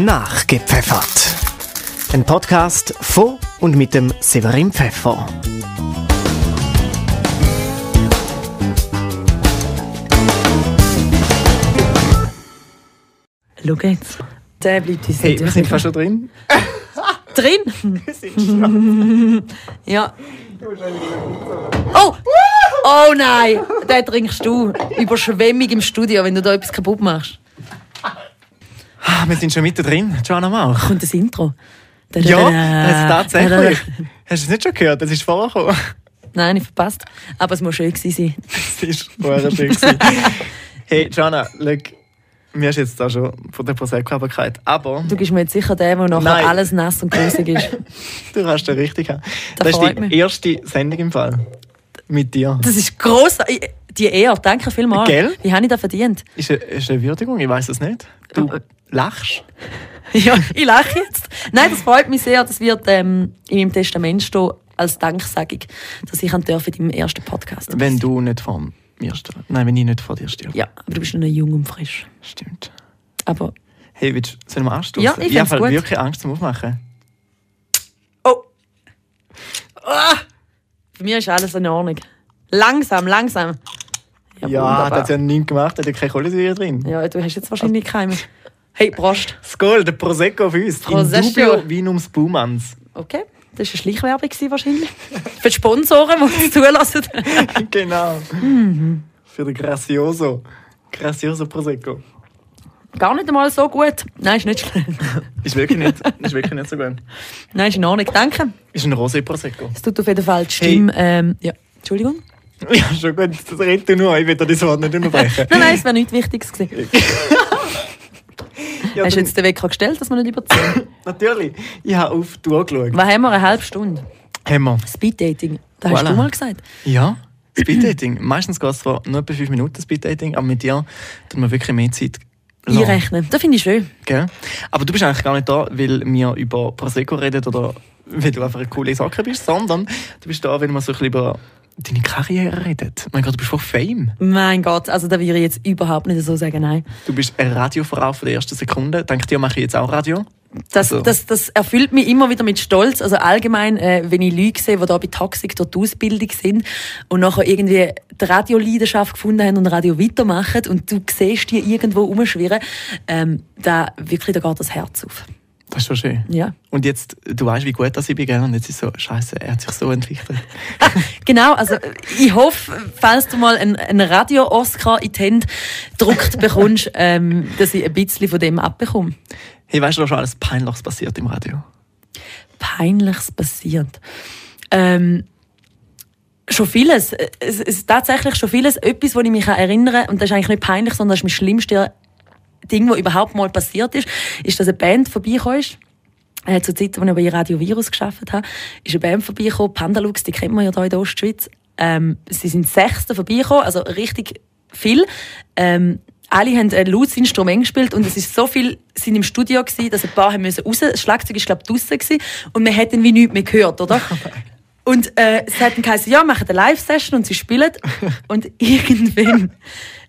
Nachgepfeffert. Ein Podcast von und mit dem Severin Pfeffer. Schau jetzt. Der bleibt uns Hey, nicht wir sind fast schon drin. drin. ja. Oh! Oh nein! Den trinkst du. Überschwemmung im Studio, wenn du da etwas kaputt machst. Ah, wir sind schon mittendrin. Joanna Mauch. Kommt das Intro? Ja, das ist tatsächlich. Hast du es nicht schon gehört? Das ist vorgekommen. Nein, ich verpasst. Aber es muss schön gewesen sein. Das ist vorher schön. gewesen. Hey, Joanna, look, mir ist jetzt da schon von der Prosecco-Abkeit. Aber Du bist mir jetzt sicher der, der nachher Nein. alles nass und grusig ist. du hast den richtig haben. Das Das ist freut die mich. erste Sendung im Fall. Mit dir. Das ist gross. Die Ehre, danke vielmals. Gell? Wie habe ich das verdient? Ist eine, ist eine Würdigung? Ich weiß es nicht. Du Äh, äh. lachst. Ja, ich lache jetzt. Nein, das freut mich sehr. Das wird ähm, in meinem Testament stehen als Danksagung, dass ich an dürfen in meinem ersten Podcast. dabei Wenn sein. du nicht vor mir stirbst. Nein, wenn ich nicht vor dir stirb. Ja, aber du bist noch jung und frisch. Stimmt. Aber Hey, willst, du- sollen wir anstoßen? Ja, ich ich hab find's halt gut. wirklich Angst zum Aufmachen. oh, bei mir Ah! ist alles in Ordnung. Langsam, langsam. Ja, das wunderbar. hat ja nichts gemacht, da hat ja keine Kohlensäure drin. ja, du hast jetzt wahrscheinlich keine. mehr. Hey, Prost. Skol, der Prosecco auf uns. Prosecco. In dubio vinum spumans. Okay, das war eine Schleichwerbung gewesen wahrscheinlich. Für die Sponsoren, die uns zulassen. genau. Mhm. Für den Gracioso. Gracioso Prosecco. Gar nicht einmal so gut. Nein, ist nicht schlimm. Ist wirklich nicht, ist wirklich nicht so gut. Nein, ist in Ordnung. Danke. Ist ein Rosé Prosecco. Es tut auf jeden Fall die Stimme. Ähm, ja. Entschuldigung. Ja, schon gut. Das redet du nur. Ich will dir das Wort nicht unterbrechen. Nein, nein, es wäre nichts Wichtiges ja, gewesen. Hast du dann- jetzt den Wecker gestellt, dass wir nicht überziehen? Natürlich. Ich habe auf die Uhr geschaut. Was haben wir? Eine halbe Stunde. Haben wir. Speeddating. Das hast Voilà. du mal gesagt. Ja, Speeddating. Meistens geht es zwar nur etwa 5 Minuten Speeddating, aber mit dir tut man wirklich mehr Zeit lassen, Einrechnen. Das finde ich schön. Gell? Aber du bist eigentlich gar nicht da, weil wir über Prosecco reden oder weil du einfach eine coole Socke bist, sondern du bist da, weil wir so ein bisschen über deine Karriere reden. Mein Gott, du bist von Fame. Mein Gott, also da würde ich jetzt überhaupt nicht so sagen, nein. Du bist eine Radiofrau von der ersten Sekunde. Dank dir mache ich jetzt auch Radio. Das, So. das, das erfüllt mich immer wieder mit Stolz. Also allgemein, äh, wenn ich Leute sehe, die da bei Toxic durch die Ausbildung sind und nachher irgendwie die Radioleidenschaft gefunden haben und Radio weitermachen und du siehst die irgendwo rumschwirren, ähm, da wirklich, da geht das Herz auf. Das ist schon schön. Ja. Und jetzt, du weißt, wie gut das ich bin, gell? Und jetzt ist so, Scheiße, er hat sich so entwickelt. Genau, also äh, ich hoffe, falls du mal einen, einen Radio-Oscar in die Hände gedruckt bekommst, ähm, dass ich ein bisschen von dem abbekomme. Hey, weißt du, da ist schon alles Peinliches passiert im Radio. Peinliches passiert. Ähm, schon vieles. Äh, Es ist tatsächlich schon vieles. Etwas, wo ich mich kann erinnern kann, und das ist eigentlich nicht peinlich, sondern das ist mein schlimmstes Ding, was überhaupt mal passiert ist, ist, dass eine Band vorbeigekommen ist. Äh, zur Zeit, als ich bei Radio Virus gearbeitet habe, ist eine Band vorbeigekommen, Pandalux, die kennt man ja hier in der Ostschweiz. Ähm, sie sind sechste vorbeigekommen, also richtig viel. Ähm, alle haben ein lautes Instrument gespielt und es ist so viel, sind im Studio gewesen, dass ein paar haben müssen raus, das Schlagzeug ist glaube ich draussen gewesen und man hat dann wie nichts mehr gehört, oder? Und äh, es hat dann geheißen, ja, machen eine Live-Session und sie spielen. Und irgendwann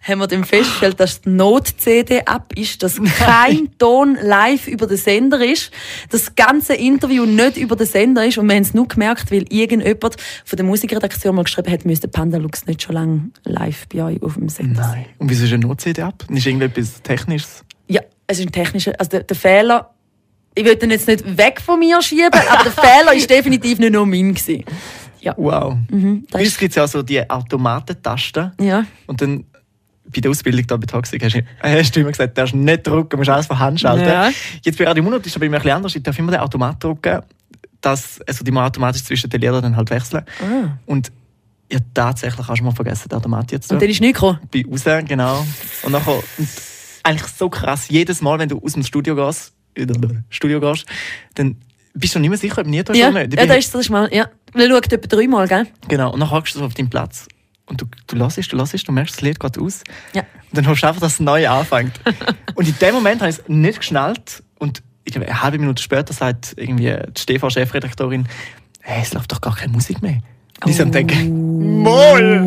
haben wir dann festgestellt, dass die Not-CD ab ist, dass kein Ton live über den Sender ist, das ganze Interview nicht über den Sender ist. Und wir haben es nur gemerkt, weil irgendjemand von der Musikredaktion mal geschrieben hat, müsste Pandalux nicht schon lange live bei euch auf dem Sender sein. Nein. Und wieso ist eine Not-CD ab? Ist irgendetwas Technisches? Ja, es ist ein technischer, also der, der Fehler, ich will den jetzt nicht weg von mir schieben, aber der Fehler ist definitiv nicht nur mein. gewesen. Ja, Wow. Mhm, das Bei uns ist, gibt es ja auch so die Automatentasten. ja. Und dann bei der Ausbildung da bei Toxic hast, du- hast du immer gesagt, du darfst nicht drucken, du musst alles von Hand schalten. Ja. Jetzt bei Radio Monat ist es aber immer ein bisschen anders. Ich darf immer den Automat drucken, dass, also die man automatisch zwischen den Lehrern dann halt wechseln. Ah. Und ja, tatsächlich hast du mal vergessen, den Automat jetzt zu Und dann ist nicht gekommen. bei raus, genau. Und nachher, und eigentlich so krass, jedes Mal, wenn du aus dem Studio gehst, Studio gehst dann bist du nicht mehr sicher, ob du nie tust Ja, oder ja nicht. da ist das ist mal. Ja. Man schaut etwa dreimal, gell? Genau, und dann hockst du so auf deinem Platz und du, du hörst, du hörst, du merkst, das Lied geht aus. Ja. Und dann hoffst du einfach, dass es neu anfängt. und in dem Moment habe ich es nicht geschnallt und ich glaube, eine halbe Minute später sagt irgendwie die Stefan-Chefredaktorin, hey, es läuft doch gar keine Musik mehr. Die sind denken, Oh. Moll!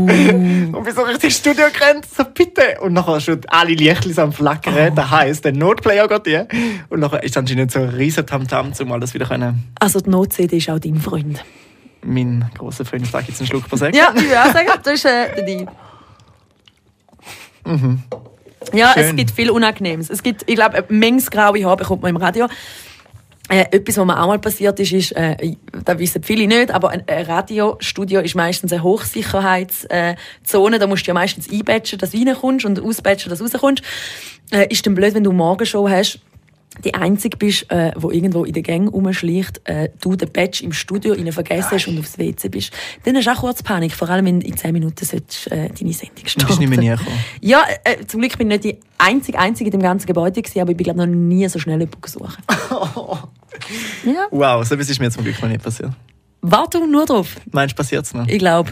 Und wieso richtig Studio kennt, so bitte! Und nachher schon alle Lichtlis am Flackern, das heisst, der Notplayer geht dir. Und nachher ist anscheinend so ein riesen Tamtam, um alles wieder können. Also die Not-CD ist auch dein Freund. Mein grosser Freund sagt jetzt einen Schluck Prosecco. Ja, ich würde auch sagen, das ist äh, der Deal. Ja, es Schön. gibt viel Unangenehmes. Es gibt, ich glaube, eine Menge graue Haare bekommt man im Radio. Äh, etwas, was mir auch mal passiert ist, ist, äh, da wissen viele nicht, aber ein, ein Radiostudio ist meistens eine Hochsicherheitszone. Äh, Zone. da musst du ja meistens einbatchen, dass du reinkommst und ausbatchen, dass du rauskommst. Äh, ist dann blöd, wenn du Morgenshow hast, die Einzige bist, äh, wo irgendwo in der Gang rumschleicht, äh, du den Badge im Studio rein vergessen hast und aufs WC bist. Dann hast du auch kurz Panik, vor allem wenn in 10 Minuten solltest, äh, deine Sendung starten. bist nicht mehr reingekommen. Ja, äh, zum Glück bin ich nicht die einzige, einzige in dem ganzen Gebäude, gewesen, aber ich bin glaub, noch nie so schnell jemanden gesucht. ja. Wow, so etwas ist mir zum Glück noch nicht passiert. Warte nur drauf, Meinst du, passiert es noch? ich glaube.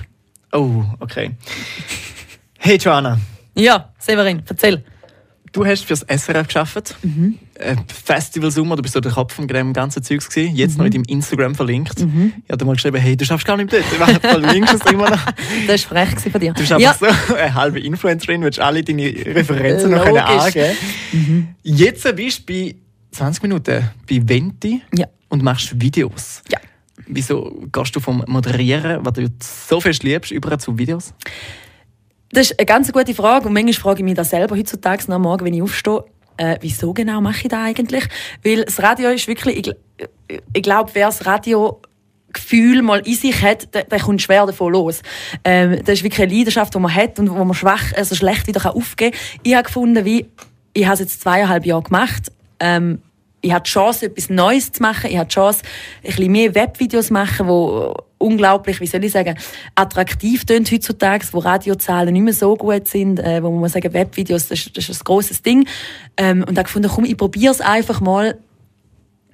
Oh, okay. Hey Joanna, Ja, Severin, erzähl. du hast fürs SRF geschafft. Mhm. Äh, Festival Summer, du bist so der Kopf von dem ganzen Zeugs gewesen. Jetzt Mhm. noch in deinem Instagram verlinkt. Ich habe mal geschrieben, hey, du schaffst gar nicht dort. Ich werde verlinkst es immer noch. Das war frech gewesen von dir. Du bist ja, einfach so eine halbe Influencerin, willst alle deine Referenzen noch Logisch. Mhm. können angeben. Jetzt bist du bei 20 Minuten bei Venti Ja. und machst Videos. ja. Wieso gehst du vom Moderieren, was du so fest liebst, über zu Videos? Das ist eine ganz gute Frage und manchmal frage ich mich das selber heutzutage noch am Morgen, wenn ich aufstehe, äh, wieso genau mache ich das eigentlich? Weil das Radio ist wirklich, ich, gl- äh, ich glaube, wer das Radio Gefühl mal in sich hat, der, der kommt schwer davon los. Ähm, das ist wirklich eine Leidenschaft, die man hat und wo man schwach, also schlecht wieder kann aufgeben kann. Ich habe gefunden, wie, ich habe es jetzt zweieinhalb Jahre gemacht, ähm, ich hatte die Chance, etwas Neues zu machen. Ich hatte die Chance, ein bisschen mehr Webvideos zu machen, die unglaublich, wie soll ich sagen, attraktiv tönt heutzutage, wo Radiozahlen nicht mehr so gut sind, äh, wo man muss sagen, Webvideos, das, ist- das ist ein grosses Ding. Ähm, und da gefunden, komm, ich probiere es einfach mal.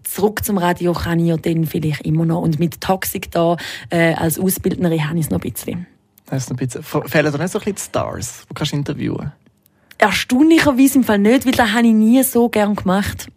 Zurück zum Radio kann ich ja dann vielleicht immer noch. Und mit Toxic da äh, als Ausbildnerin habe ich es noch ein bisschen. Hast du ein bisschen, fe- fehlen da nicht so ein bisschen die Stars, die kannst du interviewen? Erstaunlicherweise im Fall nicht, weil das habe ich nie so gern gemacht.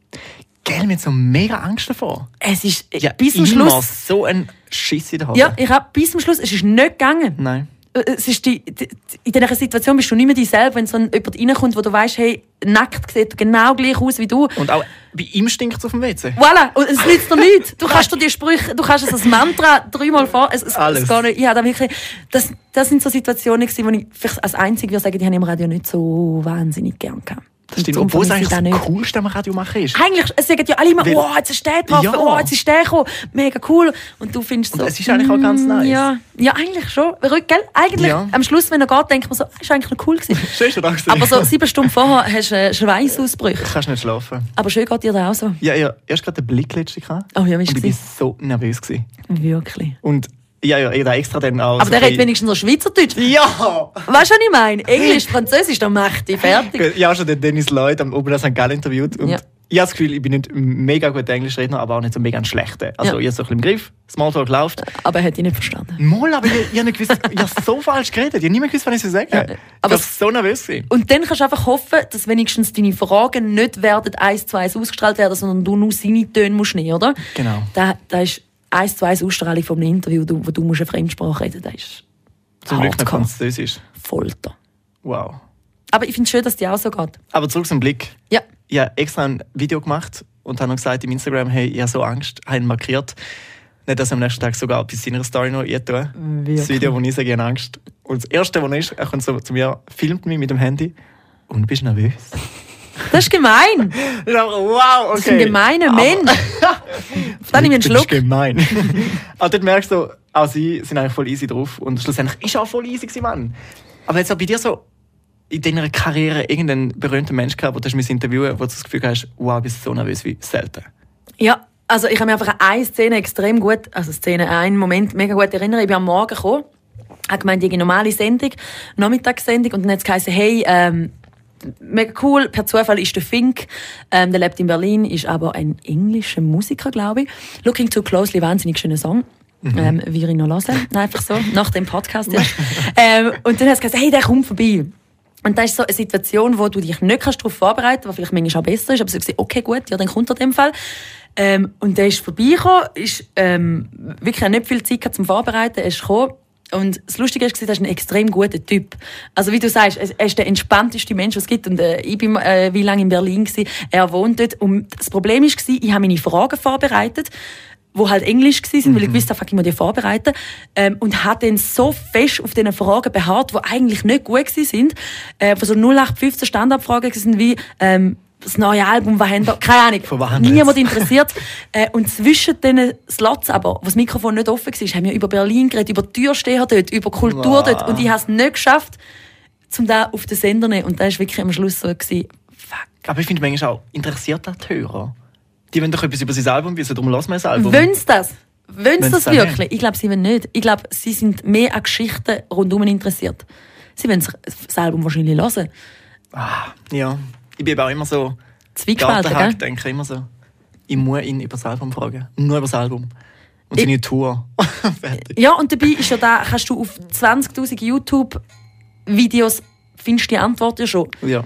Gell, mir hat so mega Angst davor. Es ist äh, bis zum immer Schluss... so ein Schiss in der Hand. Ja, ich hab bis zum Schluss, es ist nicht gegangen. Nein. Äh, es ist die, die, in dieser Situation bist du nicht mehr dich selbst, wenn so ein- jemand reinkommt, wo du weißt, hey, nackt sieht er genau gleich aus wie du. Und auch bei ihm stinkt es auf dem WC. Voilà, und es nützt dir nichts. Du kannst dir die Sprüche, du kannst es als Mantra dreimal vor. Es, es, Alles. Es gar nicht. Ich hab da wirklich, das, das sind so Situationen, gewesen, wo ich vielleicht als Einzige würde sagen, die habe ich im Radio nicht so wahnsinnig gern gehabt. Das stimmt. Und Obwohl es darum eigentlich vermisse das ich das nicht. Coolste am Radio machen ist. Eigentlich es sagen ja alle immer, Weil- wow, jetzt ist der getroffen, Ja. wow, jetzt ist der gekommen, mega cool. Und du findest Und so... es ist eigentlich auch ganz mm, nice. Ja, ja eigentlich schon. Verrückt, gell? Eigentlich, Ja. am Schluss, wenn er geht, denkt man so, ah, ist eigentlich noch cool gewesen. Schön, dass du da gewesen. Aber so sieben Stunden vorher hast du äh, Schweißausbrüche. kannst nicht schlafen. Aber schön geht dir da auch so. Ja, ja. Erst gerade den Blick letztlich gehabt. Oh ja, Und wie ich war bin es? so nervös gewesen. Wirklich. Und ja, ja, ich da extra dann auch. Aber so der ein redet bisschen- wenigstens noch Schweizerdeutsch. Ja! Weißt du, was ich meine? Englisch, Französisch, dann macht die fertig. Ja, schon den Dennis Lloyd ähm, am Opera St. Gallen interviewt. Und Ja. ich habe das Gefühl, ich bin nicht ein mega guter Englischredner, aber auch nicht so mega ein schlechter. Also, Ja. ich habe so ein bisschen im Griff, Smalltalk läuft. Aber er hat ihn nicht verstanden. Moll, aber ich, ich habe nicht gewusst, ich habe so falsch geredet. Ich habe nicht mehr gewusst, was ich soll sagen soll. aber ich war so nervös. gewesen. Und dann kannst du einfach hoffen, dass wenigstens deine Fragen nicht werden eins zu eins ausgestrahlt werden, sondern du nur seine Töne musst nehmen, oder? Genau. Da, da ist eins zu eins Ausstrahlung von einem Interview, du- wo du musst eine Fremdsprache reden. Das ist Zum Glück noch Hardcore. Französisch. Folter. Wow. Aber ich finde es schön, dass dir auch so geht. Aber zurück zum Blick. Ja. Ich habe extra ein Video gemacht und habe noch gesagt im Instagram, hey, ich habe so Angst, habe ihn markiert. Nicht, dass er am nächsten Tag sogar bei seiner Story noch eingetan Mm, Das Video, wo ich sage, ich habe Angst. Und das Erste, was ist, er kommt so zu mir, filmt mich mit dem Handy und bist nervös. Das ist gemein. Ich dachte, wow, okay. Das ist ein gemeiner Mensch. Dann nehme ich einen Das ist Schluck. gemein. Aber dort merkst du, auch sie sind eigentlich voll easy drauf. Und schlussendlich ist er auch voll easy, gewesen, Mann. Aber jetzt auch bei dir so in deiner Karriere irgendeinen berühmten Mensch gehabt, wo du mich interviewen wo du das Gefühl hast, wow, bist du so nervös wie selten. Ja, also ich habe mich einfach an eine Szene extrem gut, also Szene, einen Moment mega gut erinnern. Ich bin am Morgen gekommen, habe gemeint, ich habe eine normale Sendung, Nachmittagssendung und dann hat es geheißen, hey, ähm, mega cool, per Zufall ist der Fink, ähm, der lebt in Berlin, ist aber ein englischer Musiker, glaube ich. Looking Too Closely, wahnsinnig schöner Song. Ähm, wir ihn noch hören, Nein, einfach so, nach dem Podcast. Ja. ähm, und dann hat es gesagt, hey, der kommt vorbei. Und das ist so eine Situation, wo du dich nicht kannst darauf vorbereiten kannst, was vielleicht manchmal auch besser ist, aber so gesagt, okay, gut, ja, dann kommt er in dem Fall. Ähm, und der ist vorbeigekommen, ist, ähm, wirklich auch nicht viel Zeit gehabt zum Vorbereiten, er ist gekommen, Und das Lustige ist, er ist ein extrem guter Typ. Also wie du sagst, er er ist der entspannteste Mensch, den es gibt. Und äh, ich bin äh, wie lange in Berlin gewesen. Er wohnt dort. Und das Problem ist gewesen, ich habe meine Fragen vorbereitet, wo halt Englisch gewesen sind, weil ich wusste, fuck, ich muss die vorbereiten. Ähm, und hat dann so fest auf diesen Fragen beharrt, die eigentlich nicht gut gewesen sind. Äh, von so 0815 Standardfragen gewesen sind wie ähm, das neue Album, was haben da, keine Ahnung, Von was handelt's? niemand interessiert. äh, und zwischen diesen Slots aber, wo das Mikrofon nicht offen war, haben wir über Berlin geredet, über Türsteher dort, über Kultur Wow. dort. Und ich habe es nicht geschafft, um da auf den Sender zu nehmen. Und da war wirklich am Schluss so, gewesen, fuck. Aber ich finde manchmal auch, interessiert das die Hörer? Die wollen doch etwas über sein Album wissen, darum lassen wir das Album. Wollen sie das? Wollen sie Wollen das sie das wirklich? Ich glaube, sie wollen nicht. Ich glaube, sie sind mehr an Geschichten rundum interessiert. Sie wollen das Album wahrscheinlich hören. Ja. Ich bin eben auch immer so... Zwiegespalten, gell? Gartenhack denke ich immer so. Ich muss ihn über das Album fragen. Nur über das Album. Und Ich- seine Tour. Fertig. Ja, und dabei ist ja da, kannst du auf 20.000 YouTube-Videos findest die Antwort ja schon. Ja.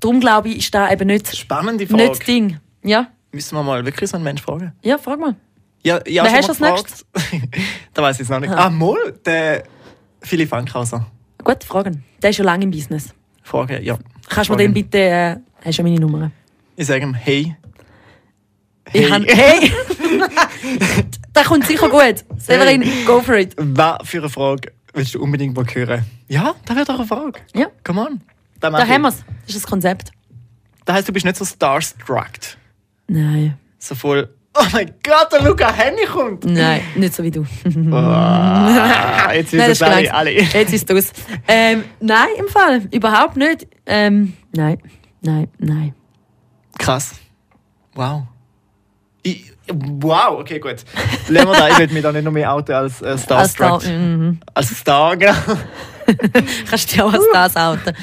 Darum glaube ich, ist da eben nicht, Spannende Frage. nicht das Ding. Ja, Müssen wir mal wirklich so einen Menschen fragen? ja, frag mal. Ja, ja, Wer schon hast mal du als gefragt. da weiß ich es noch nicht. Ah, Moll, der Philipp Fankhauser. Gute Fragen. Der ist schon lange im Business. Frage, ja. Kannst du mir Frage. den bitte. Äh, hast ja meine Nummer. Ich sage ihm, hey. Ich kann, hey! der kommt sicher gut. Severin, go for it. Was für eine Frage willst du unbedingt mal hören? Ja, da wäre doch eine Frage. Ja. Come on. Da, Da haben wir es. Das ist das Konzept. Das heisst, du bist nicht so starstruck. Nein. So voll, oh mein Gott, der Luca Henny kommt. Nein, nicht so wie du. Ah, jetzt wissen Mhm. Nein, das es ist alle. gelangt. alle. Jetzt ist es aus. Ähm, nein, im Fall. Überhaupt nicht. Ähm, nein, nein, nein. Krass. Wow. Ich, wow, okay, gut. Lassen wir da, ich will mich da nicht noch mehr outen als äh, Als da, Starstruck. mhm. Als Star, genau. Kannst du dich auch Uh. als das outen.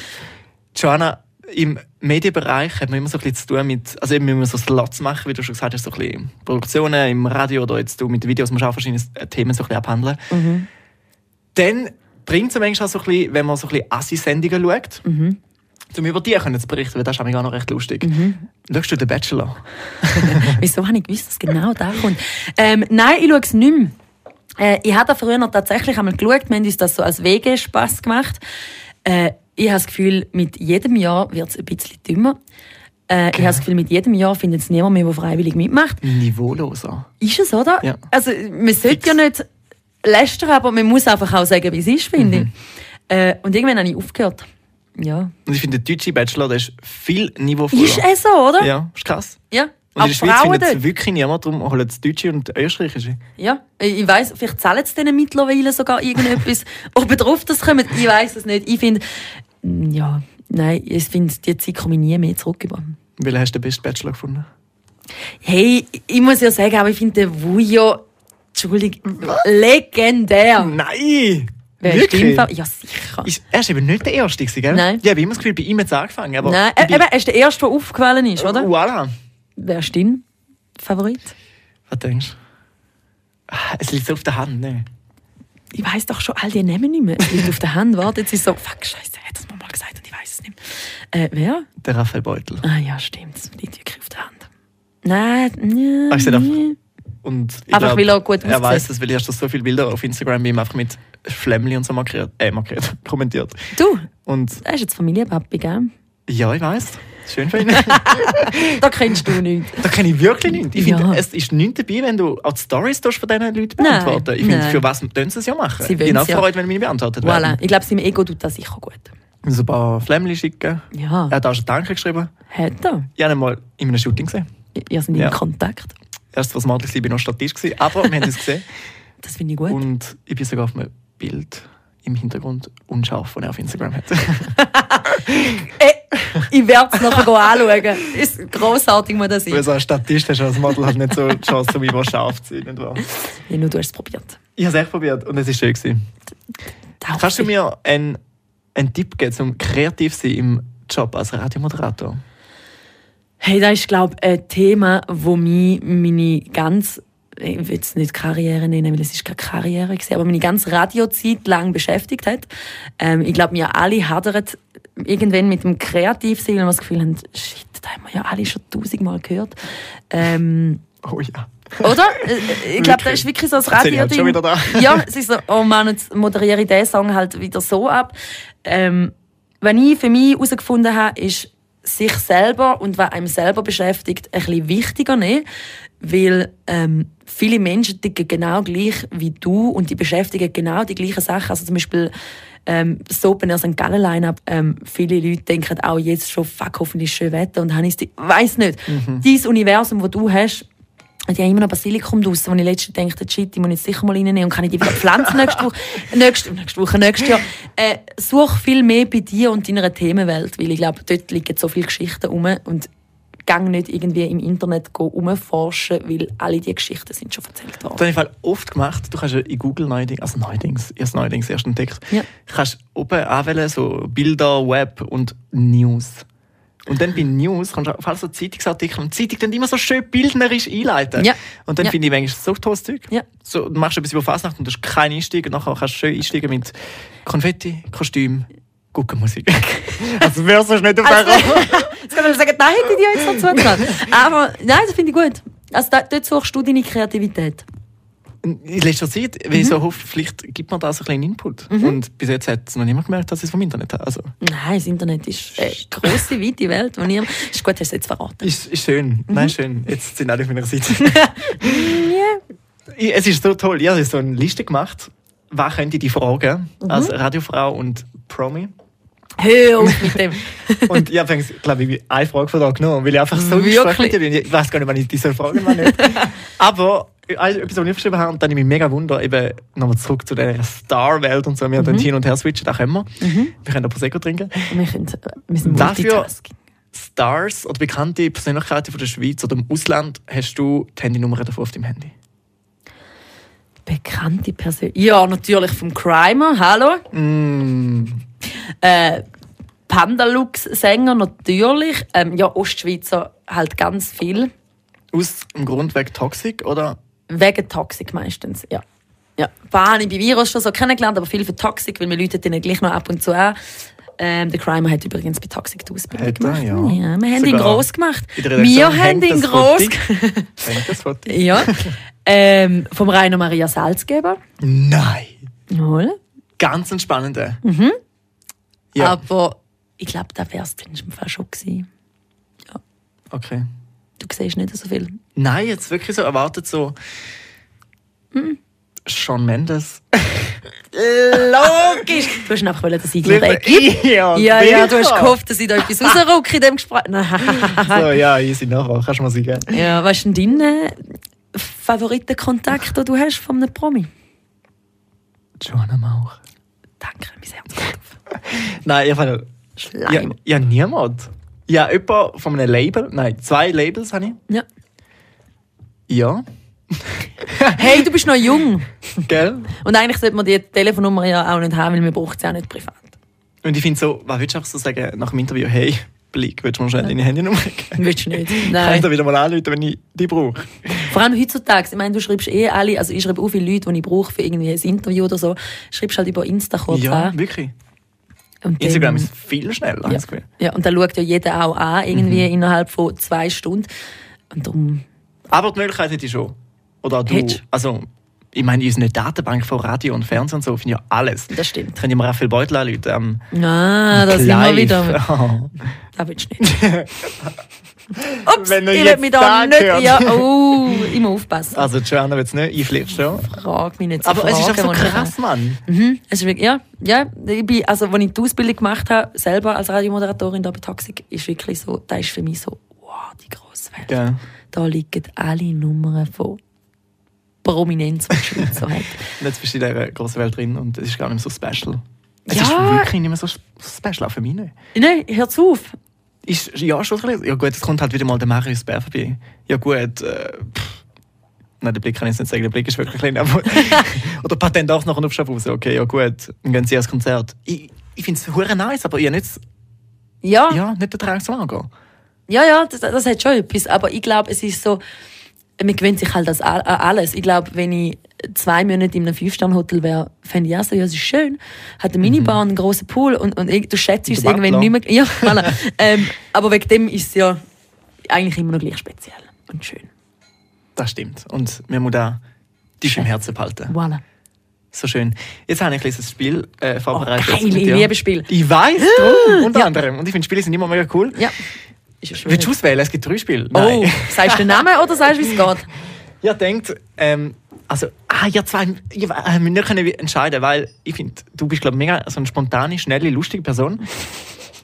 Joanna, im Medienbereich hat man immer so ein bisschen zu tun mit, also eben müssen wir so Slots machen, wie du schon gesagt hast, so ein bisschen Produktionen im Radio oder jetzt du mit Videos musst du auch verschiedene äh, Themen so ein bisschen abhandeln. Dann bringt es manchmal auch so ein bisschen, wenn man so ein bisschen Assi-Sendungen schaut, um über die können zu berichten, weil das ist auch noch recht lustig. Schaust du den Bachelor? Wieso habe ich gewusst, dass genau da kommt? Ähm, nein, ich schaue es nicht mehr. Äh, ich habe da früher noch tatsächlich einmal geschaut. Wir haben uns das so als WG-Spass gemacht. Äh, ich habe das Gefühl, mit jedem Jahr wird es ein bisschen dümmer. Äh, ich habe das Gefühl, mit jedem Jahr findet es niemand mehr, der freiwillig mitmacht. Niveauloser. Ist es, oder? Ja. Also, man sollte ja nicht lästern, aber man muss einfach auch sagen, wie es ist, finde Mhm. ich. Äh, und irgendwann habe ich aufgehört. Ja. Und ich finde, der deutsche Bachelor, der ist viel niveauvoller. Ist es so, oder? Ja, ist krass. ja. Und Auch in der Schweiz Frauen findet es dort. wirklich niemand, darum holen es Deutsche und Österreichische. Ja. Ich ich weiss, vielleicht zahlen sie denen mittlerweile sogar irgendetwas. Ob drauf das kommt, ich weiss es nicht. Ich finde, mm, ja, nein, ich finde, die Zeit komme ich nie mehr zurück über. Weil hast du den besten Bachelor gefunden? Hey, ich muss ja sagen, aber ich finde den Vujo, Entschuldigung, legendär. Nein! Wer ist dein Fall? Ja, sicher. Ist, er war eben nicht der Erste, gewesen, gell? Nein. Ich habe immer das Gefühl, bei ihm hat es angefangen. Aber Nein, bei- äh, eben, er ist der Erste, der aufgefallen ist, oder? Voilà. Wer ist dein Favorit? Was denkst du? Ah, Es liegt so auf der Hand, ne? Ich weiß doch schon all die Namen nicht mehr. Es liegt auf der Hand, warte, jetzt ist so, fuck, scheiße, er hat das mir mal gesagt und ich weiß es nicht mehr. Äh, wer? Der Raphael Beutel. Ah ja, stimmt, es liegt wirklich auf der Hand. Nein, nein. Ach, ich seh doch. nein. Und ich Einfach, weil er gut Er aussieht. weiß das, weil ich hast so viele Bilder auf Instagram bei ihm einfach mit Flämmli und so markiert, äh, markiert, kommentiert. Du, Und er ist jetzt Familienpapi, gell? ja, ich weiß. Schön für ihn. Da kennst du nicht. Da kenne ich wirklich nichts. Ich finde, Ja. es ist nichts dabei, wenn du auch die Storys tust von diesen Leuten Nein, beantworten Ich finde, nein. für was tun sie es ja machen? Sie wollen's ich habe ja. Freude, wenn meine beantwortet Voilà, werden. ich glaube, seinem Ego tut das sicher gut. Ich muss ein paar Flämmchen schicken. Ja, Er hat auch schon Danke geschrieben. hat er. Ich habe ihn mal in einem Shooting gesehen. Ihr seid in Ja. Kontakt. Erst was Model war, bin ich noch Statist. Gewesen, aber wir haben uns gesehen. Das finde ich gut. Und ich bin sogar auf einem Bild im Hintergrund unscharf, das er auf Instagram hat. Äh, Ich werde es nachher anschauen. Ist grossartig, muss das Weil sein. so ein Statist hast du als Model halt nicht so die Chance, um immer scharf zu sein. nicht wahr? Ja, nur du hast es probiert. Ich habe es echt probiert und es war schön. Gewesen. Kannst du mir einen, einen Tipp geben, um kreativ zu sein im Job als Radiomoderator? Hey, das ist, glaube ich, ein Thema, wo mich meine ganz, ich will es nicht Karriere nennen, weil es ist keine Karriere gewesen, aber meine ganze Radiozeit lang beschäftigt hat. Ähm, ich glaube, wir alle hadern irgendwann mit dem Kreativsein, weil wir das Gefühl haben, shit, das haben wir ja alle schon tausendmal gehört. Ähm, Oh ja. Oder? Äh, Ich glaube, das ist wirklich so das Jetzt bin ich Radio. halt schon wieder da. ja, es ist so, oh Mann, jetzt moderiere ich diesen Song halt wieder so ab. Ähm, was ich für mich herausgefunden habe, ist, sich selber und was einem selber beschäftigt, ein bisschen wichtiger nehmen. Weil ähm, viele Menschen ticken genau gleich wie du und die beschäftigen genau die gleichen Sachen. Also zum Beispiel ähm, das Open Air St. Gallen Line-Up. Ähm, viele Leute denken auch jetzt schon, fuck, hoffentlich ist schön Wetter und habe ich Weiß nicht. Mhm. Dieses Universum, das du hast, und die haben immer noch Basilikum draussen, wo ich letztens dachte, shit, die muss ich jetzt sicher mal reinnehmen und kann ich die wieder pflanzen nächste Woche, nächste, nächste Woche, nächstes Jahr. Äh, such viel mehr bei dir und deiner Themenwelt, weil ich glaube, dort liegen so viele Geschichten rum und gang nicht irgendwie im Internet go rumforschen, weil alle diese Geschichten sind schon erzählt Das worden. habe ich im Fall oft gemacht. Du kannst ja in Google Neuerdings, also Neuerdings, erst Neuerdings erst entdeckt, Ja. kannst oben anwählen, so Bilder, Web und News. Und dann bei News kannst du auf alle so Zeitungsartikel und die Zeitung dann immer so schön bildnerisch einleiten. Ja. Und dann Ja. finde ich manchmal so tolles Zeug. Ja. So, du machst etwas über Fasnacht und du hast keinen Einstieg und nachher kannst du schön einsteigen mit Konfetti, Kostüm, Guckenmusik. also wärst du nicht auf Also, der jetzt kann man sagen, da hätte ich dir jetzt noch zugelassen. Aber nein, das finde ich gut. Also da, dort suchst du deine Kreativität. In letzter Zeit, weil ich so Mhm. hoffe, vielleicht gibt mir da so ein bisschen Input. Und bis jetzt hat es noch niemand gemerkt, dass ich es vom Internet habe. Also, Nein, das Internet ist eine grosse, weite Welt. Wo niemand... Ist gut, hast du es jetzt verraten. ist, ist schön. Nein, schön. Jetzt sind alle auf meiner Seite. Ich- Es ist so toll. Ich habe so eine Liste gemacht. Was könnte die fragen? Als Radiofrau und Promi. Hör auf mit dem. Und ich habe, glaube ich, eine Frage von da genommen, weil ich einfach so Wirklich? gespannt bin. Ich weiß gar nicht, wann ich diese Frage mal nicht. Aber äh, alles, etwas, was ich aufgeschrieben habe, und dann ich mich mega wunder, eben nochmal zurück zu dieser Star-Welt und so. Wir mhm. hin und her switchen, da können wir. Wir können auch Prosecco trinken. Wir, können, wir sind Dafür- Multitasking. Stars oder bekannte Persönlichkeiten von der Schweiz oder im Ausland, hast du die Handynummer davon auf deinem Handy? Bekannte Person. Ja, natürlich vom Crimer. Hallo. Mm. Äh, Pandalux-Sänger natürlich. Ähm, ja, Ostschweizer halt ganz viel. Aus dem Grund wegen Toxic oder? Wegen Toxik meistens, ja. Ja, ein paar habe ich bei Virus schon so kennengelernt, aber viel für Toxik, weil wir Leute denen gleich noch ab und zu an. Ähm, der Crimer hat übrigens bei Toxik die Ausbildung Hat er, gemacht. ja. wir haben ihn Sogar gross gemacht. in der Redaktion Wir haben hängt ihn das gross Foto. Hängt das Foto? Ja. ähm, vom Rainer Maria Salzgeber. Nein! Jawohl. Ganz entspannender. Mhm. Ja, Aber ich glaube, da wäre es im Fall schon gewesen. okay. Du siehst nicht so viel. Nein, jetzt wirklich so erwartet so. Mhm. Sean Mendes. Logisch! Du hast einfach wollen, dass ich dir den gebe. ja, Ja, ja, du hast sicher. gehofft, dass ich da etwas rausrücke in dem Gespräch. Nein. So, ja, easy nachher. Kannst du mal sagen. ja, was ist denn dein äh, Favoritenkontakt, den du hast von einem Promi? Joanna Mauch. Danke, mein Herz geht auf. Nein, ich habe. Ja, Schleim. ja, niemand. Ja, jemand von einem Label. Nein, zwei Labels habe Ja. ich. Ja. Hey, du bist noch jung. Gell? Und eigentlich sollte man die Telefonnummer ja auch nicht haben, weil man braucht sie auch nicht privat. Und ich finde so, was willst du einfach so sagen nach dem Interview? Hey, Blick, willst du mir schnell deine Handynummer geben? Willst du nicht? Kann ich Nein. dir wieder mal anrufen, wenn ich die brauche? Vor allem heutzutage. Ich meine, du schreibst eh alle, also ich schreibe auch viele Leute, die ich brauche für irgendwie ein Interview oder so, schreibst halt über Insta kurz Ja, an. wirklich. Und Instagram dann- ist viel schneller. habe ja. ich das Gefühl. ja, und dann schaut ja jeder auch an, irgendwie Mhm. innerhalb von zwei Stunden. Und um, darum, Aber die Möglichkeit hätte ich schon. Oder auch du. Hättest. Also, ich meine, in unserer Datenbank von Radio und Fernsehen und so finde ich ja alles. das stimmt. Können ich mir Raphael Beutel anrufen. Ähm, Ah, da sind wir live. wieder. Oh. Da willst du nicht. Ups, Wenn er ich will jetzt mich da da nicht. hört. Ja, oh, ich muss aufpassen. Also, Joanna wird es nicht einschläfst, ja. Frag mich nicht zu Aber es ist fragen, einfach so wo ich- krass, Mann. Mhm, es ist wirklich, ja, ja, ich bin, also als ich die Ausbildung gemacht habe, selber als Radiomoderatorin da bei Toxic, ist wirklich so, da ist für mich so, wow, die grosse Welt. Gell. Da liegen alle Nummern von Prominenz, die die Schweiz so hat. Und jetzt bist du in dieser grossen Welt drin und es ist gar nicht mehr so special. Es Ja. ist wirklich nicht mehr so s- special, auch für mich nicht. Nein, hört's auf. Ist, ja, schon ein bisschen. Ja gut, jetzt kommt halt wieder mal der Marius Bär vorbei. Ja gut, äh, pff. Nein, den Blick kann ich jetzt nicht sagen, der Blick ist wirklich klein. Aber Oder Patent auch noch auf Schaffhausen. Okay, ja gut, dann gehen sie ans Konzert. Ich, ich finde es hure nice, aber ich habe nicht, Ja, ja, ja, nicht den Drang zum Angehen. ja, das, das hat schon etwas, aber ich glaube, es ist so, man gewöhnt sich halt das an an alles. Ich glaube, wenn ich zwei Monate in einem Fünf-Sterne-Hotel wäre, fände ich auch so, ja, es ist schön, hat eine Minibar und einen grossen Pool und, und irg- du schätzt es Mhm. Der irgendwann Butler. nicht mehr. Ja, voilà. ähm, aber wegen dem ist es ja eigentlich immer noch gleich speziell und schön. Das stimmt. Und wir müssen da dich im Herzen behalten. Voilà. So schön. Jetzt habe ich ein kleines Spiel äh, vorbereitet. Oh, geil, mit ich dir. liebe Spiele. Ich weiß, drum, unter Ja. anderem. Und ich finde, Spiele sind immer mega cool. Ja. Ist ja schwierig. Willst du auswählen? Es gibt drei Spiele. Oh, Nein. sagst du den Namen oder sagst du, wie es geht? Ihr denkt, ähm, also, ah, ihr zwei ihr, äh, müsst nicht können entscheiden weil ich finde, du bist, glaube ich, mega so eine spontane, schnelle, lustige Person.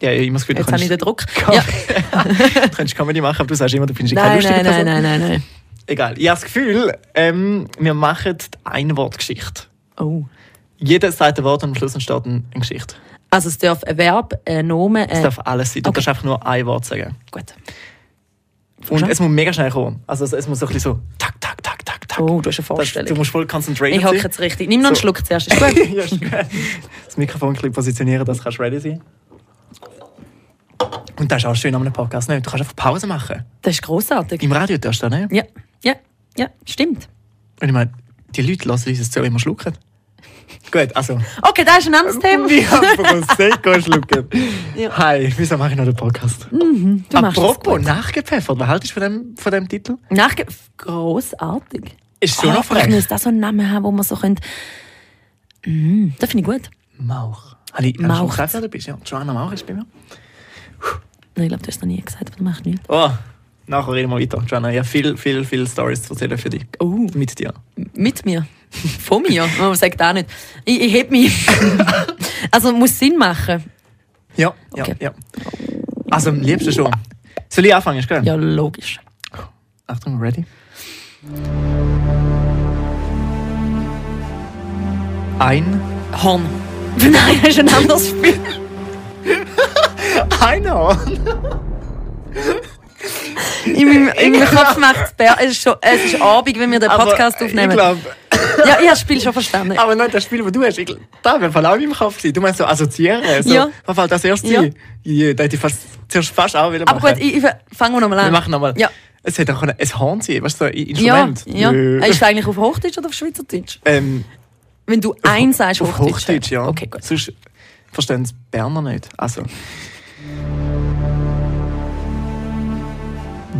Ja, ich muss Jetzt habe ich den Druck. Ja. du kannst Comedy machen, aber du sagst immer, du findest dich keine Nein, lustige nein, Person. nein, nein, nein, nein. Egal. Ich habe das Gefühl, ähm, wir machen die Einwortgeschichte. Oh. Jeder sagt ein Wort und am Schluss entsteht ein- eine Geschichte. Also es darf ein Verb, ein Nomen, Es äh, darf alles sein. Du okay. darfst einfach nur ein Wort sagen. gut. Und Schon? es muss mega schnell kommen. Also es- es muss so ein bisschen so tak, tak, tak, tak, tak. Oh, du hast eine Das, du Vorstellung. musst voll konzentriert Ich hocke jetzt richtig. Nimm noch einen So. Schluck zuerst. Ist gut. ja, ist gut. das Mikrofon ein bisschen positionieren, dass du ready sein kannst. Und das ist auch schön an einem Podcast. Nicht? Du kannst einfach Pause machen. Das ist grossartig. Im Radio darfst du das nicht. Ja, ja, ja, stimmt. Und ich meine, die Leute lassen uns zu, wenn wir schlucken. Gut, also. Okay, das ist ein anderes Thema. Ich habe von Seiko schlucken. Ja. Mhm, Hi, wieso mache ich noch den Podcast? Du machst das Apropos gut. nachgepfeffert, was haltest du von dem, von dem Titel? Nachge grossartig. Oh, Ist schon noch Ah, ich frech. muss da so einen Namen haben, wo man so könnte... Mm, das finde ich gut. Mauch. Habe ich Mauch. Mauch. Gesagt, wer du bist? Ja, Joanna Mauch ist bei mir. Nein, ich glaube, du hast es noch nie gesagt, aber das macht nichts. Oh, nachher reden wir weiter. Joanna, ich habe viel, viel, viel Stories zu erzählen für dich. Oh. Mit dir. Mit mir. Von mir. Man sagt auch nicht. Ich, ich heb mich. also muss Sinn machen. Ja, ja, Okay. ja. Also am liebsten schon. Soll ich anfangen, ist gut? Ja, logisch. Achtung, ready? Ein Horn. Nein, das ist ein anderes Spiel. Einhorn. In meinem, in meinem Kopf macht es Bär. Es ist, schon, es ist Abend, wenn wir den Podcast aufnehmen. Ich glaube, ja, ich habe das Spiel schon verstanden. aber nein, das Spiel, das du hast, ich glaub, da wäre voll auch in meinem Kopf sein. Du meinst so assoziieren. So, Ja. Was fällt das erst Ja. ein? Ja, da hätte ich fast, zuerst fast auch wieder Aber gut, ich, ich fange nochmal an. Wir machen nochmal. Ja. Es hätte auch können, ein Horn sein, weißt du, so ein Ja, Instrument. ja. Nö. Ist das eigentlich auf Hochdeutsch oder auf Schweizerdeutsch? Ähm, Wenn du eins sagst, auf Hochdeutsch. Hochdeutsch, ja. Okay, gut. Sonst verstehen es Berner nicht. Also.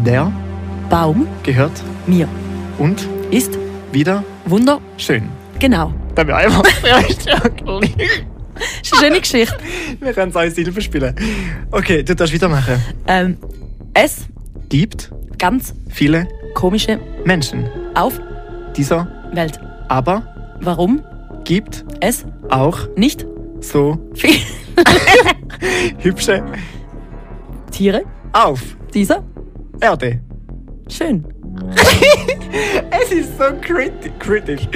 Der Baum, gehört mir, und ist wieder Wunder, schön. genau. Da wir einmal Wir Das ist eine schöne Geschichte. können es auch in Silber spielen. Okay, du darfst weitermachen. Ähm, es Gibt ganz viele komische Menschen. auf Dieser Welt. aber Warum gibt es auch nicht so viele hübsche Tiere auf dieser Erde. schön. Es ist so kriti kritisch.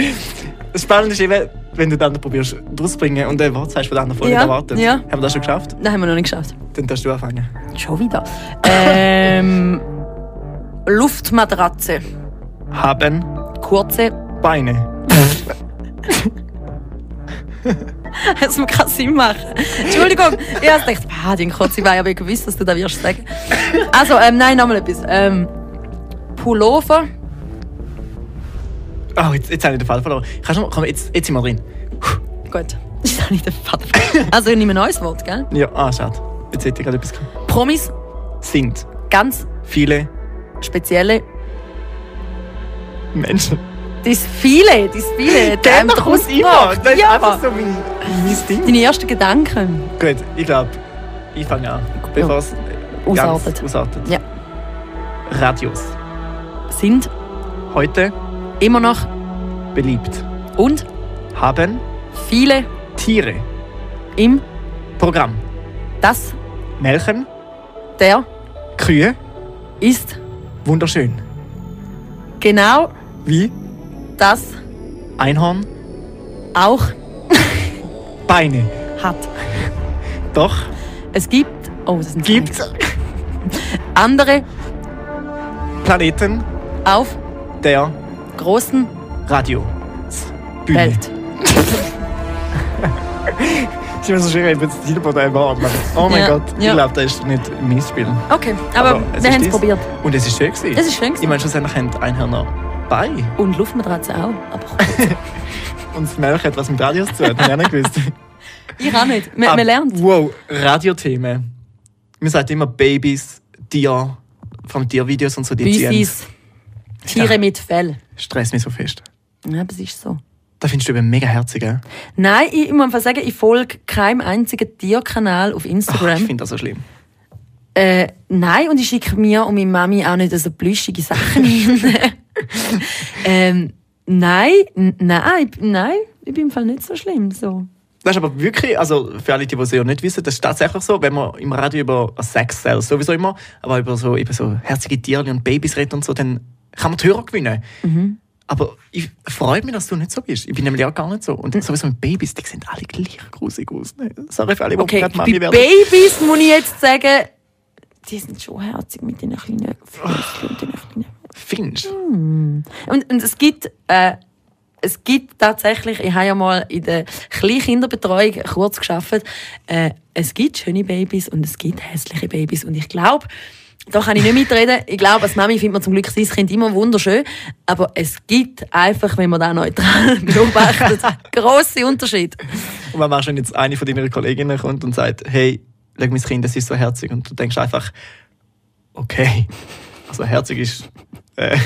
Das Spannende ist eben, wenn du dann probierst, rauszubringen und ein Wort sagst, das der andere vorher Ja, nicht erwartet. ja. Haben wir das schon geschafft? Das haben wir noch nicht geschafft. Dann darfst du anfangen. Schon wieder. Ähm, Luftmatratze. Haben Kurze. Beine. Das muss keinen Sinn machen. Entschuldigung, ich habe gedacht, ah, die haben kurze Beine, aber ich gewusst, dass du da wirst sagen. Also, ähm, nein, nochmal etwas. Ähm, Pullover. Oh, jetzt, jetzt habe ich den Fall verloren. Kannst du mal, komm, jetzt, jetzt sind wir drin. Gut. Das ist auch nicht der Vater. Also, ich nehme ein neues Wort, gell? Ja, ah, schade. Jetzt hätte ich gerade etwas gehabt. Promis, Sind ganz viele spezielle. Menschen. Das viele, das viele. Dann die kommt einem immer. draus Das ist gemacht. einfach so mein, mein Ding. Deine ersten Gedanken. Gut, ich glaube, ich fange an. Bevor es ganz Ausartet. ausartet. Ja. Radios. Sind Heute immer noch beliebt. und Haben viele Tiere. im Programm. das Melken, der Kühe, ist wunderschön. genau Wie das Einhorn, auch Beine. hat. Doch Es gibt oh, das sind gibt zwei. andere Planeten auf der großen Radio. Bühne. Welt. Ich bin so schön, wenn es Silber da war. Oh mein Ja, Gott, ich ja. glaube, das ist nicht mein Spiel. Also, Okay, aber wir ist haben es das. probiert. Und es ist schön gewesen. Es ist schön gewesen. Ich meine, schlussendlich haben die Einhörner bei. Und Luftmatratze auch. Aber Und das Melken hat was mit Radios zu tun, habe ich auch nicht gewusst. ich auch nicht. Man, Ah, man lernt. Wow, Radiothemen. Man sagt immer Babys, Tier, vom Tiervideos und so, die ziehen. Büsis. Tiere mit Fell. Stress mich so fest. Ja, aber es ist so. Da findest du eben mega herzig, gell? Nein, ich, ich muss sagen, ich folge keinem einzigen Tierkanal auf Ach, ich Instagram. finde das so schlimm. äh, nein, und ich schicke mir und meiner Mami auch nicht so plüschige Sachen hin. ähm, nein, n- nein, ich- nein, ich bin im Fall nicht so schlimm. So. Das ist aber wirklich, also für alle, die es ja nicht wissen, das ist tatsächlich so, wenn man im Radio über Sex sells, sowieso immer, aber über so, eben so herzige Tiere und Babys redet und so, dann kann man die Hörer gewinnen. Aber ich freue mich, dass du nicht so bist. Ich bin nämlich auch gar nicht so. Und sowieso mit Babys, die sehen alle gleich grusig aus. Ne? Sorry für alle, die Okay, gerade bei Mami werden. Babys muss ich jetzt sagen, die sind schon herzig mit den kleinen Füßen und den kleinen Findest du? Und, und es gibt, äh, es gibt tatsächlich, ich habe ja mal in der Kleinkinderbetreuung kurz geschafft, äh, es gibt schöne Babys und es gibt hässliche Babys. Und ich glaube, da kann ich nicht mitreden. Ich glaube, als Mami findet man zum Glück sein Kind immer wunderschön. Aber es gibt einfach, wenn man da neutral beobachtet, grosse Unterschiede. Und was machst du, wenn jetzt eine von deinen Kolleginnen kommt und sagt, hey, leg mein Kind, das ist so herzig. Und du denkst einfach, okay. Also herzig ist, äh,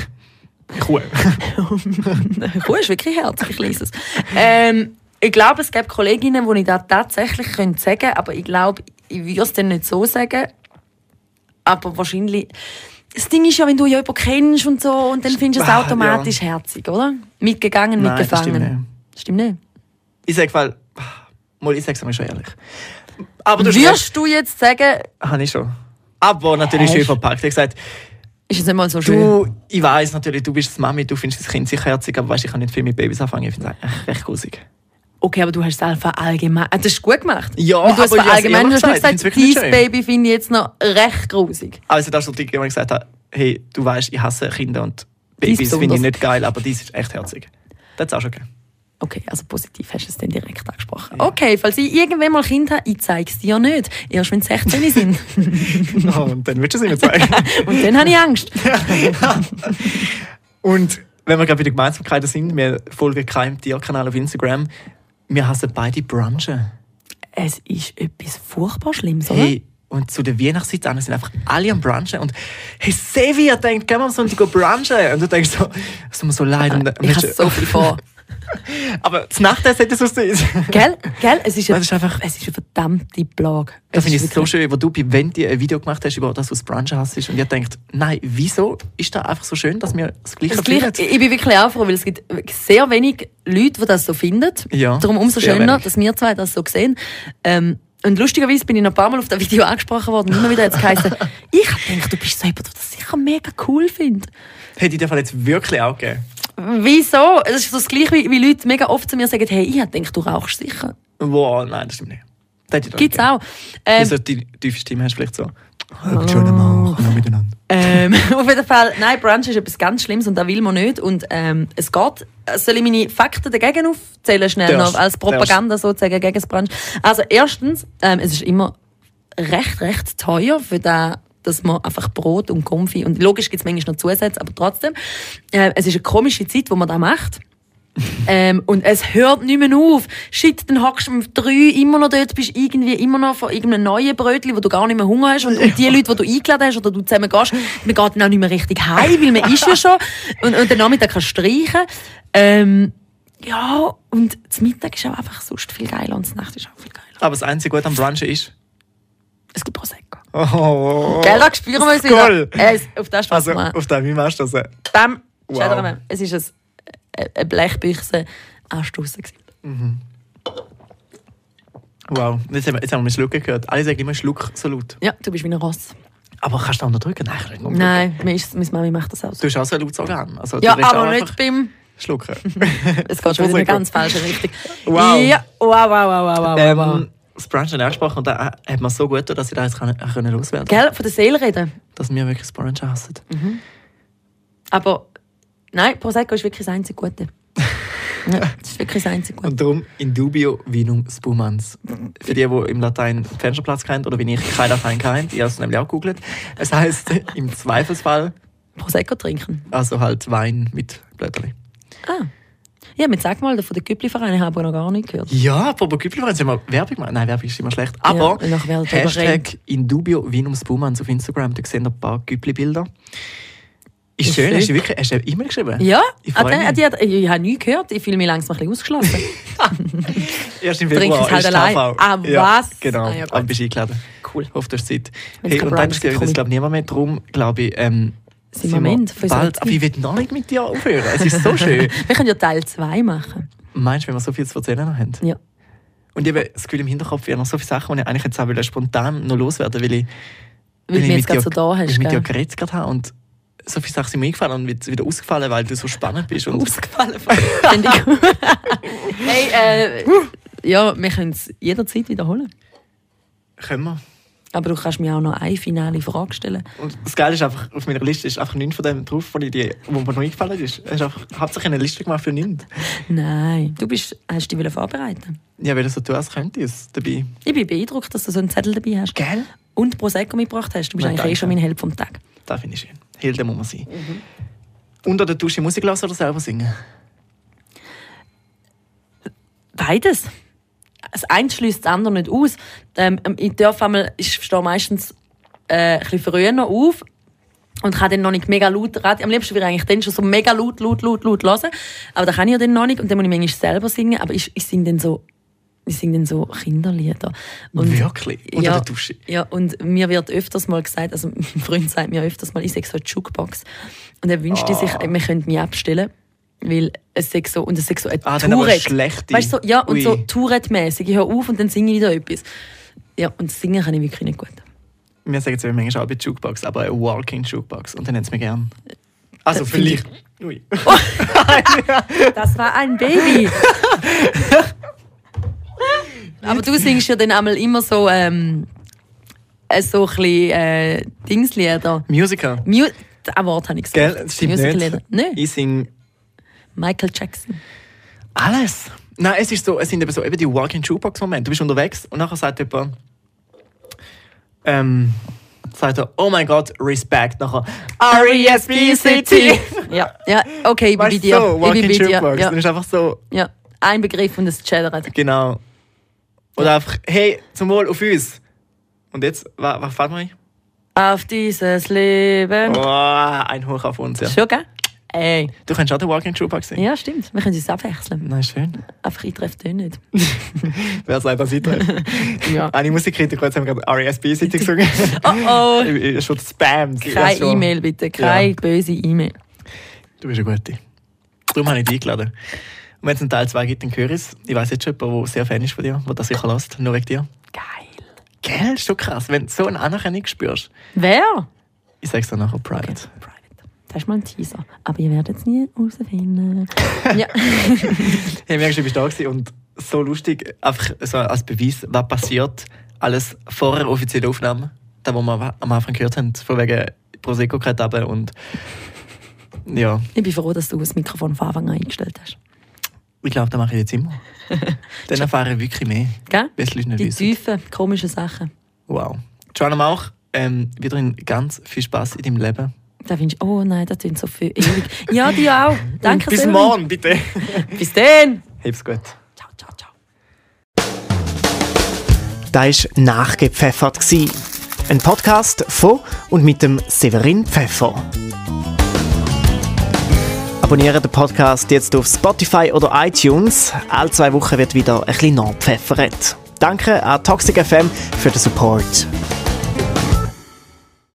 cool. Kuh ist wirklich herzig, ich lese es. Ähm, ich glaube, es gäbe Kolleginnen, die ich das tatsächlich könnte sagen könnte, aber ich glaube, ich würde es dann nicht so sagen. Aber wahrscheinlich... Das Ding ist ja, wenn du jemanden kennst und so, und dann findest du es Ah, automatisch herzig, oder? Mitgegangen, Nein, das mitgefangen. stimmt nicht. Ich sag mal, mal ich sag's mal schon ehrlich. Aber du Würdest du jetzt sagen, Habe ich schon. Aber natürlich Hast- schön verpackt. Ich gesagt, ist es nicht mal so schön? du, ich weiß natürlich, du bist die Mami, du findest das Kind sicher herzig, aber weißt, ich kann nicht viel mit Babys anfangen. Ich finde es eigentlich recht grusig. Okay, aber du hast es einfach allgemein... Ah, Das ist gut gemacht. Ja, aber du aber hast es ich hab's allgemein ehrlich du hast nicht gesagt, ich gesagt, find's wirklich dein nicht schön. Baby finde ich jetzt noch recht grusig. Also das ist so die, wo ich gesagt habe, hey, du weißt, ich hasse Kinder und Babys finde ich besonders. nicht geil, aber dies ist echt herzig. Das ist auch schon geil. Okay, also positiv hast du es dann direkt angesprochen. Okay, falls ich irgendwann mal Kind habe, ich zeige es dir nicht. Erst wenn sie 16 sind. No, und dann würdest du es mir zeigen. Und dann habe ich Angst. Und wenn wir gerade bei den Gemeinsamkeiten sind, wir folgen keinem Tierkanal auf Instagram, wir hassen beide Brunchen. Es ist etwas furchtbar Schlimmes, oder? Hey, und zu der Weihnachtszeit an, sind einfach alle am Brunchen. Und hey, Sevi hat denkt, gehen wir am Sonntag go brunchen. Und du denkst so, es tut mir so leid. Und, Ah, Äh, Ich habe so viel vor. Aber das Nachtessen hätte es aussehen. Gell? Gell? Es ist, Das ist einfach- es ist eine verdammte Plage. Das Es finde ich ist so wirklich- schön, wo du bei Wendy ein Video gemacht hast über das, was Brunchen hast. Und ich denkt, nein, wieso ist das einfach so schön, dass wir das Gleiche Das Gleiche, finden? ich bin wirklich auch froh, weil es gibt sehr wenig Leute, die das so finden. Ja, Darum umso sehr schöner, wenig. dass wir zwei das so sehen. Ähm, und lustigerweise bin ich noch ein paar Mal auf das Video angesprochen worden. Immer wieder hat es geheißen, ich hab gedacht, du bist so jemand, der das sicher mega cool findet. Hätte ich dir jetzt wirklich auch gegeben. Wieso? Es ist so das Gleiche, wie, wie Leute mega oft zu mir sagen, hey, ich hab gedacht, du rauchst sicher. Wow, nein, das stimmt nicht. Das hätte ich dir Gibt's nicht auch. gegeben. Ähm, Wieso die tiefe Stimme hast du vielleicht so. Oh, schönen Morgen, noch miteinander. ähm, auf jeden Fall, nein, Brunch ist etwas ganz Schlimmes und das will man nicht. Und ähm, es geht. Soll ich meine Fakten dagegen aufzählen, schnell Darfst, noch, als Propaganda sozusagen gegen das Brunch? Also erstens, ähm, es ist immer recht, recht teuer für da dass man einfach Brot und Konfi und logisch gibt's manchmal noch Zusätze, aber trotzdem, äh, es ist eine komische Zeit, wo man da macht. Ähm, und es hört nicht mehr auf. Shit, dann hockst du um drei immer noch dort, bist irgendwie immer noch von irgendeinem neuen Brötchen, wo du gar nicht mehr Hunger hast. Und, und die Leute, die du eingeladen hast oder du zusammen gehst, man geht dann auch nicht mehr richtig heim, weil man ist ja schon. Und, und den Nachmittag kannst du streichen. Ähm, ja, und zum Mittag ist auch einfach sonst viel geiler und zur Nacht ist auch viel geiler. Aber das einzige Gute am Brunchen ist. Es gibt Prosecco. Oh, Gell, da spüren wir uns Skoll. wieder. Es, auf das Spaß Also, machen. auf dem, wie machst du das? äh? Bam, Wow. schädern wir. Es ist ein- äh, eine Blechbüchse anstoßen. Wow, jetzt haben wir, jetzt haben wir einen Schluck gehört. Alle sagen immer Schluck so laut. Ja, du bist wie ein Ross. Aber kannst du unterdrücken? Nein, ich kann nicht unterdrücken. Nein, mir ist, meine Mami macht das auch so. Du hast auch so ein lautes Organ. Also, du Ja, redest aber auch nicht einfach beim. Schlucken. Es geht schon wieder in Prosecco. eine ganz falsche Richtung. Wow. Ja, wow, wow, wow, wow, wow. wow. ähm, das Brunch hat angesprochen und da hat man so gut, getan, dass ich da jetzt kann, auch können loswerden Gell, von der Seele reden. Dass wir wirklich das Brunch hassen. Aber nein, Prosecco ist wirklich das einzige Gute. ja, das ist wirklich das einzige Gute. Und darum in dubio vinum spumans. Für die, die im Latein Fensterplatz kennt oder wie ich kein Latein kennt, ich habe es nämlich auch gegoogelt. Es heisst im Zweifelsfall, Prosecco trinken. also halt Wein mit Blätterli. Ah. Ja, mit sag mal, von den Güppli-Vereinen haben wir noch gar nicht gehört. Ja, apropos Gipfelfreunde, haben wir Werbung gemacht. Nein, Werbung ist immer schlecht. Aber und nachher werden wir darüber Hashtag in dubio vinum spumans auf Instagram, da sehen ihr ein paar Güppli-Bilder. Ist, schön. Hast du wirklich hast du eine E-Mail geschrieben? Ja, Ich ah, freu dann- mich. ah, die hat, ich, ich habe nie gehört. Ich fühle mich langsam ein bisschen ausgeschlossen. Erst im Trinkst Februar es halt ist allein. TV. Ah, Ja, was? genau, Ah, ja, gut. aber bist eingeladen. Cool. Hoffe, du hast Zeit. Wenn's Hey, kein und dann Problem ist, stört komm das ich. glaube niemand mehr. Darum glaube ich, ähm, Sind wir am Ende von unserer bald. Aber Zeit? ich will noch nicht mit dir aufhören. Es ist so schön. Wir können ja Teil 2 machen. Meinst du, wenn wir so viel zu erzählen noch haben? Ja. Und eben das Gefühl im Hinterkopf, ich habe noch so viele Sachen, die ich eigentlich jetzt auch will, spontan noch loswerden will, weil ich, Weil du mich jetzt mit gerade so da weil ich hast. mit dir gell? geredet gerade habe und so viele Sachen sind mir eingefallen und wieder- wieder ausgefallen, weil du so spannend bist. Und Ausgefallen. Finde ich gut. hey, äh, ja, wir können es jederzeit wiederholen. können wir. Aber du kannst mir auch noch eine finale Frage stellen. Und das Geile ist einfach, auf meiner Liste ist einfach nichts von dem drauf, wo, ich die, wo mir noch eingefallen ist. Es ist einfach hauptsächlich eine Liste gemacht für nichts. Nein. Du bist, hast dich wollen vorbereiten. Ja, weil das so tun, als könnte ich es dabei. Ich bin beeindruckt, dass du so einen Zettel dabei hast. Gell? Und Prosecco mitgebracht hast. Du bist Ja, eigentlich eh danke. schon mein Held vom Tag. Das finde ich schön. Hilde muss man sein. Mhm. Unter der Dusche Musik hören oder selber singen? Beides. Das eine schließt das andere nicht aus. Ähm, ich darf einmal, ich stehe meistens äh, ein bisschen früher noch auf und kann dann noch nicht mega laut Radio. Am liebsten würde ich eigentlich dann schon so mega laut, laut, laut, laut hören. Aber das kann ich ja dann noch nicht und dann muss ich manchmal selber singen. Aber ich, ich singe dann so, ich singe dann so Kinderlieder. Und Wirklich? Unter ja, der Dusche? Ja, und mir wird öfters mal gesagt, also mein Freund sagt mir öfters mal, ich sage so eine Jukebox. Und er wünschte sich, Ah. wir könnten mich abstellen. Weil es sei so, und es sei so eine Ah, dann aber Tourette. schlechte. Weißt du, so, ja, und Ui. so Tourette-mässig. Ich höre auf und dann singe ich wieder etwas. Ja, und singen kann ich wirklich nicht gut. Wir sagen zwar manchmal auch bei Jukebox, aber eine Walking Jukebox. Und dann nennen sie mich gern. Also Das Äh, finde ich- vielleicht. Ui. Das war ein Baby. Aber du singst ja dann einmal immer so, ähm, äh, so ein bisschen äh, Dingslieder. Musical. Mu ein Wort habe ich gesagt. Gell? Das stimmt Musicallieder. nicht. Nein, Ich singe Michael Jackson. alles. Nein, es, ist so, es sind eben so eben die Walking Jukebox-Momente. Du bist unterwegs und nachher sagt jemand, ähm, sagt er, oh mein Gott, Respect. Nachher, E E R-E-S-P-C-T. Ja, ja okay, ich bin bei Weißt du, dir. so, ich bin Walking bei dir. Jukebox. Dann Ja, ist einfach so, ja. Ein Begriff und es chattert. genau. Oder einfach, hey, zum Wohl auf uns. Und jetzt, was, was fällt mir ein? Auf dieses Leben. Boah, ein Hoch auf uns, Oh, ja. Schon, gell? Ey. Du kannst auch den Walking Jukebox singen. Ja, stimmt. Wir können uns abwechseln. Nein, schön. Einfach ich treffe den nicht. Wer sagt das weiter? Ah, Ja. Eine Musikkritiker jetzt haben wir gerade E RESB-Seite gesungen. Oh oh. Ich- ich- Schon Spam. Keine E-Mail bitte, keine Ja. böse E-Mail. Du bist eine gute. Darum habe ich dich eingeladen. Und wenn es einen Teil 2 gibt, dann höre ich es. Ich weiß jetzt schon jemanden, der sehr Fan ist von dir, der das sicher lässt, nur wegen dir. Geil. Gell, ist schon krass, wenn du so eine Anerkennung spürst. Wer? Ich sag's dir nachher, Pride. Private. Das ist mal ein Teaser. Aber ihr werdet es nie herausfinden. ja. Hey, merkst du, bist du da gewesen und so lustig, einfach so als Beweis, was passiert, alles vor der offiziellen Aufnahme, da wo wir am Anfang gehört haben, von wegen prosecco etappe und ja, Ich bin froh, dass du das Mikrofon von Anfang an eingestellt hast. ich glaube, das mache ich jetzt immer. Dann erfahre ich wirklich mehr, Gell? was die Leute nicht Die wissen. tiefen, komischen Sachen. Wow. Joanna Mauch, ähm, weiterhin ganz viel Spaß in deinem Leben. Da findest du, oh nein, das klingt so viel ewig. Ja, dir auch. Danke Bis Silvi. morgen, bitte. Bis dann. Hab's gut. Ciao, ciao, ciao. Das war «Nachgepfeffert». gsi. Ein Podcast von und mit dem Severin Pfeffer. Abonniere den Podcast jetzt auf Spotify oder iTunes. Alle zwei Wochen wird wieder ein bisschen nachgepfeffert. Danke an Toxic FM für den Support.